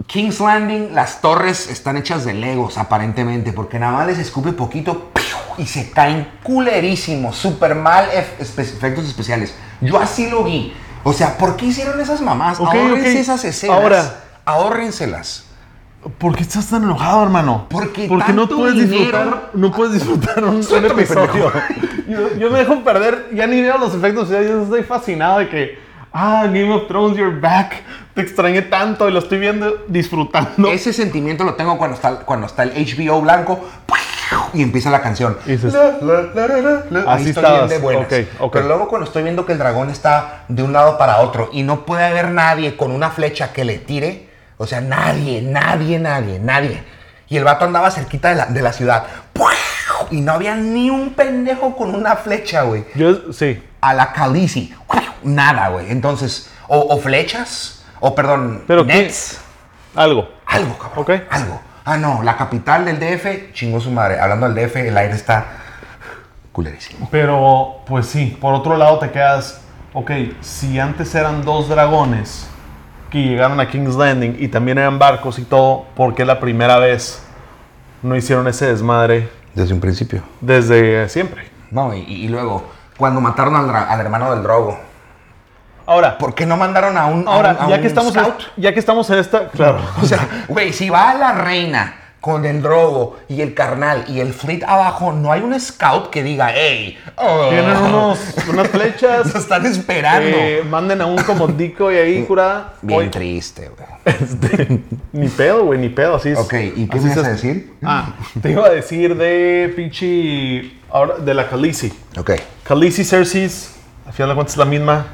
King's Landing, las torres están hechas de legos, aparentemente, porque nada más les escupe poquito ¡piu! y se caen culerísimos, super mal ef- espe- efectos especiales. Yo así lo vi. O sea, ¿por qué hicieron esas mamás?
Ok,
Ahórrense
ok.
esas escenas.
Ahora.
Ahórrenselas.
¿Por qué estás tan enojado, hermano?
Porque
Porque no
tanto
puedes
dinero-
disfrutar, no puedes disfrutar un, un
Suéltame,
episodio. Yo, yo me dejo perder, ya ni veo los efectos, ya yo estoy fascinado de que, ah, Game of Thrones, you're back. Te extrañé tanto y lo estoy viendo disfrutando.
Ese sentimiento lo tengo cuando está, cuando está el HBO blanco y empieza la canción.
Y dices,
La, la, la, la, la, la. Ahí
Así
estoy bien
estabas.
de buenas.
Ok, ok.
Pero luego cuando estoy viendo que el dragón está de un lado para otro y no puede haber nadie con una flecha que le tire, o sea, nadie, nadie, nadie, nadie. Y el vato andaba cerquita de la, de la ciudad. Y no había ni un pendejo con una flecha, güey
Yo, sí.
a la Khaleesi. Nada, güey. Entonces, o, o flechas, o perdón,
Pero ¿qué?
nets.
Algo.
Algo, cabrón.
Ok.
Algo. Ah, no, la capital del DF, chingó su madre. Hablando del DF, el aire está culerísimo.
Pero, pues sí, por otro lado te quedas, ok, si antes eran dos dragones que llegaron a King's Landing y también eran barcos y todo, ¿por qué la primera vez no hicieron ese desmadre
Desde un principio.
desde siempre?
No, y, y luego, cuando mataron al, dra- al hermano del drogo,
Ahora,
¿por qué no mandaron a un. a
ahora
un- a
ya,
un
que estamos en,
scout?
ya que estamos en esta, claro,
O sea, güey, si va la reina con el drogo y el carnal y el fleet abajo, no hay un scout que diga, hey, oh,
tienen unos, unas
nos
flechas,
están esperando.
eh, manden a un comodico y ahí curada.
Bien
Oye,
triste, güey.
Este, ni pedo, güey, ni pedo, así es.
Ok, ¿y qué
así
me ibas
es
a
esto.
decir?
Ah, te iba a decir de pinche. Ahora, de la Khaleesi.
Ok.
Khaleesi Cersei's, al final de cuentas es la misma.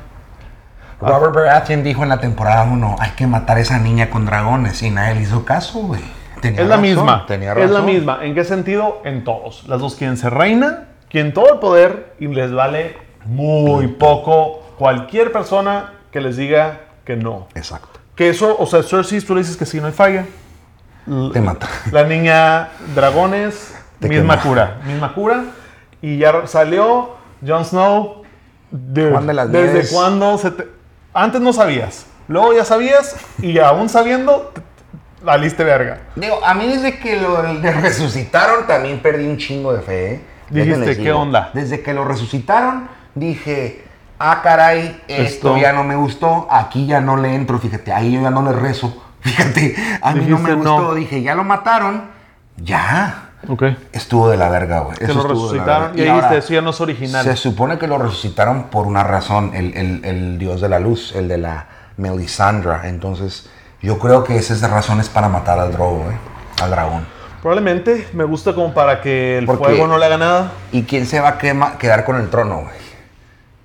Robert
Ah.
Baratheon dijo en la temporada 1, hay que matar a esa niña con dragones. Y nadie le hizo caso, güey. Tenía
es la
razón,
misma.
Tenía
Es la
razón.
misma. ¿En qué sentido? En todos. Las dos quieren ser reina, quieren todo el poder y les vale muy poco cualquier persona que les diga que no.
Exacto.
Que eso, o sea, Cersei, tú le dices que sí, no hay falla.
Te mata.
La niña dragones,
Te
misma
quema.
cura, misma cura. Y ya salió Jon Snow. Dude,
Juan de las Nieves.
¿Desde cuándo? se te- Antes no sabías. Luego ya sabías y aún sabiendo, t- t- valiste verga.
Digo, a mí desde que lo le resucitaron también perdí un chingo de fe, ¿eh?
Dijiste,
Déjenles
¿qué
digo.
onda?
Desde que lo resucitaron, dije, ah, caray, esto,
Esto.
ya no me gustó, aquí ya no le entro, fíjate, ahí yo ya no le rezo. Fíjate, a mí no me
Dijiste, no.
gustó, dije, ya lo mataron, ya.
Ok.
Estuvo de la verga, güey.
Que
Eso
lo
estuvo de la
resucitaron.
verga.
Y ahí
ahora,
dijiste, eso ya no es original.
Se supone que lo resucitaron por una razón, el, el- el dios de la luz, el de la Melisandra. Entonces, yo creo que esas razones para matar al drogo, güey, al dragón.
Probablemente me gusta como para que el
Porque-
fuego no le haga nada.
¿Y quién se va a quema- quedar con el trono, güey?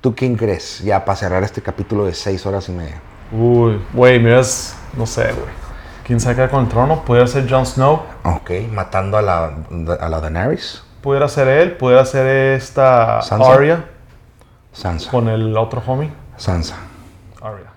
¿Tú quién crees? Ya para cerrar este capítulo de seis horas y media.
Uy, güey, miras, no sé, güey. ¿Quién saca con el trono? Pudiera ser Jon Snow.
Ok, matando a la, a la Daenerys,
Pudiera ser él, pudiera ser esta
Sansa.
Arya
Sansa.
con el otro homie.
Sansa.
Arya.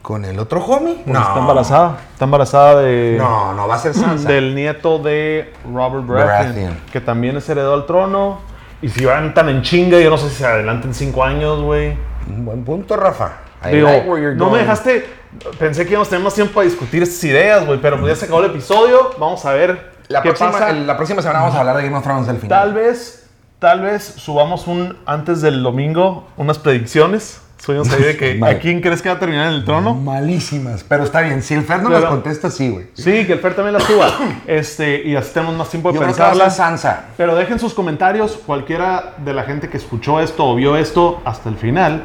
¿Con el otro homie?
Porque Está embarazada. Está embarazada de,
No, no va a ser Sansa.
del nieto de Robert Baratheon,
Baratheon.
que también es heredó al trono. Y si van tan en chinga, yo no sé si se adelantan cinco años, güey.
Un buen punto, Rafa. I
Digo,
like where you're
no me
going.
dejaste. Pensé que íbamos a tener más tiempo para discutir estas ideas, güey, pero pues ya se acabó el episodio. Vamos a ver
La
qué
próxima,
pasa.
el- la próxima semana vamos a hablar de Game of Thrones del final.
Tal vez, tal vez subamos un antes del domingo unas predicciones. Subimos ahí de que
Vale.
a quién crees que va a terminar en el trono.
Malísimas, pero está bien. Si el Fer no
Claro.
las contesta, sí, güey.
Sí, que el Fer también la suba. Este, y así tenemos más tiempo de
Yo creo que va a ser
pensarlas.
Sansa.
Pero dejen sus comentarios, cualquiera de la gente que escuchó esto o vio esto hasta el final.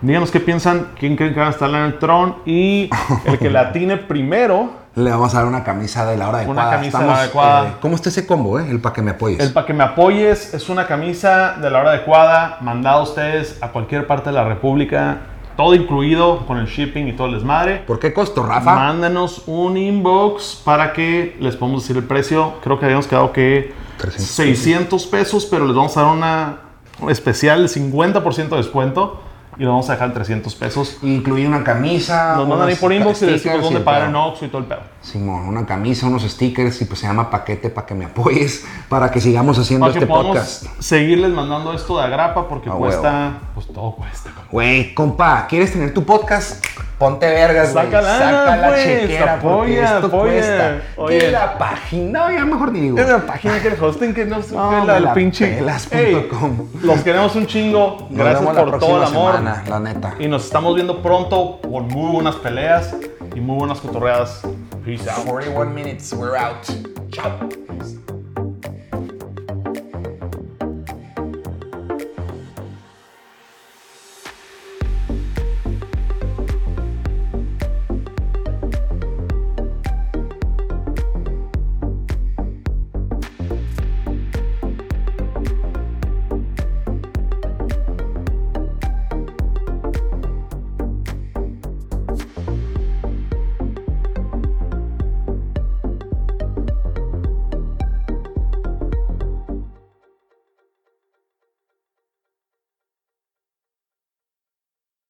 Díganos qué piensan, quién creen que va a estar en el trono y el que la atine primero,
Le vamos a dar una camisa de la hora adecuada.
camisa de la adecuada.
eh, ¿Cómo está ese combo, eh? El para que me apoyes.
el para que me apoyes, es una camisa de la hora adecuada, mandada a ustedes a cualquier parte de la República, todo incluido con el shipping y todo el desmadre.
¿Por qué costo, Rafa?
Mándanos un inbox para que les podamos decir el precio. Creo que habíamos quedado que
300.
600 pesos, pero les vamos a dar una especial de 50% de descuento y lo vamos a dejar en 300 pesos.
Incluí una camisa.
Nos mandan ahí
unos
por inbox Ah, y les
stickers
decimos dónde
el
pagar
pedo.
en Oxxo y todo el pedo.
Simón, una camisa, unos stickers y pues se llama paquete para que me apoyes, para que sigamos haciendo
Para que
este
podamos
podcast.
seguirles mandando esto de agrapa porque
A
cuesta, pues todo cuesta. compa.
Güey, compa, ¿quieres tener tu podcast? Ponte vergas, güey.
Saca lana,
Saca la
pues,
chequera, porque
apoya,
esto
apoya.
cuesta.
Oye.
¿Qué la página? No, ya mejor ni digo.
Es la página que el hosting que no se
No,
pela
me
el
la
pinche.
pelas
Ey,
punto com.
los queremos un chingo.
Nos
Gracias
vemos la
por todo el
próxima
amor.
semana, la neta.
Y nos estamos viendo pronto por muy buenas peleas y muy buenas cotorreadas. Peace out.
41 minutes, we're out. Chao.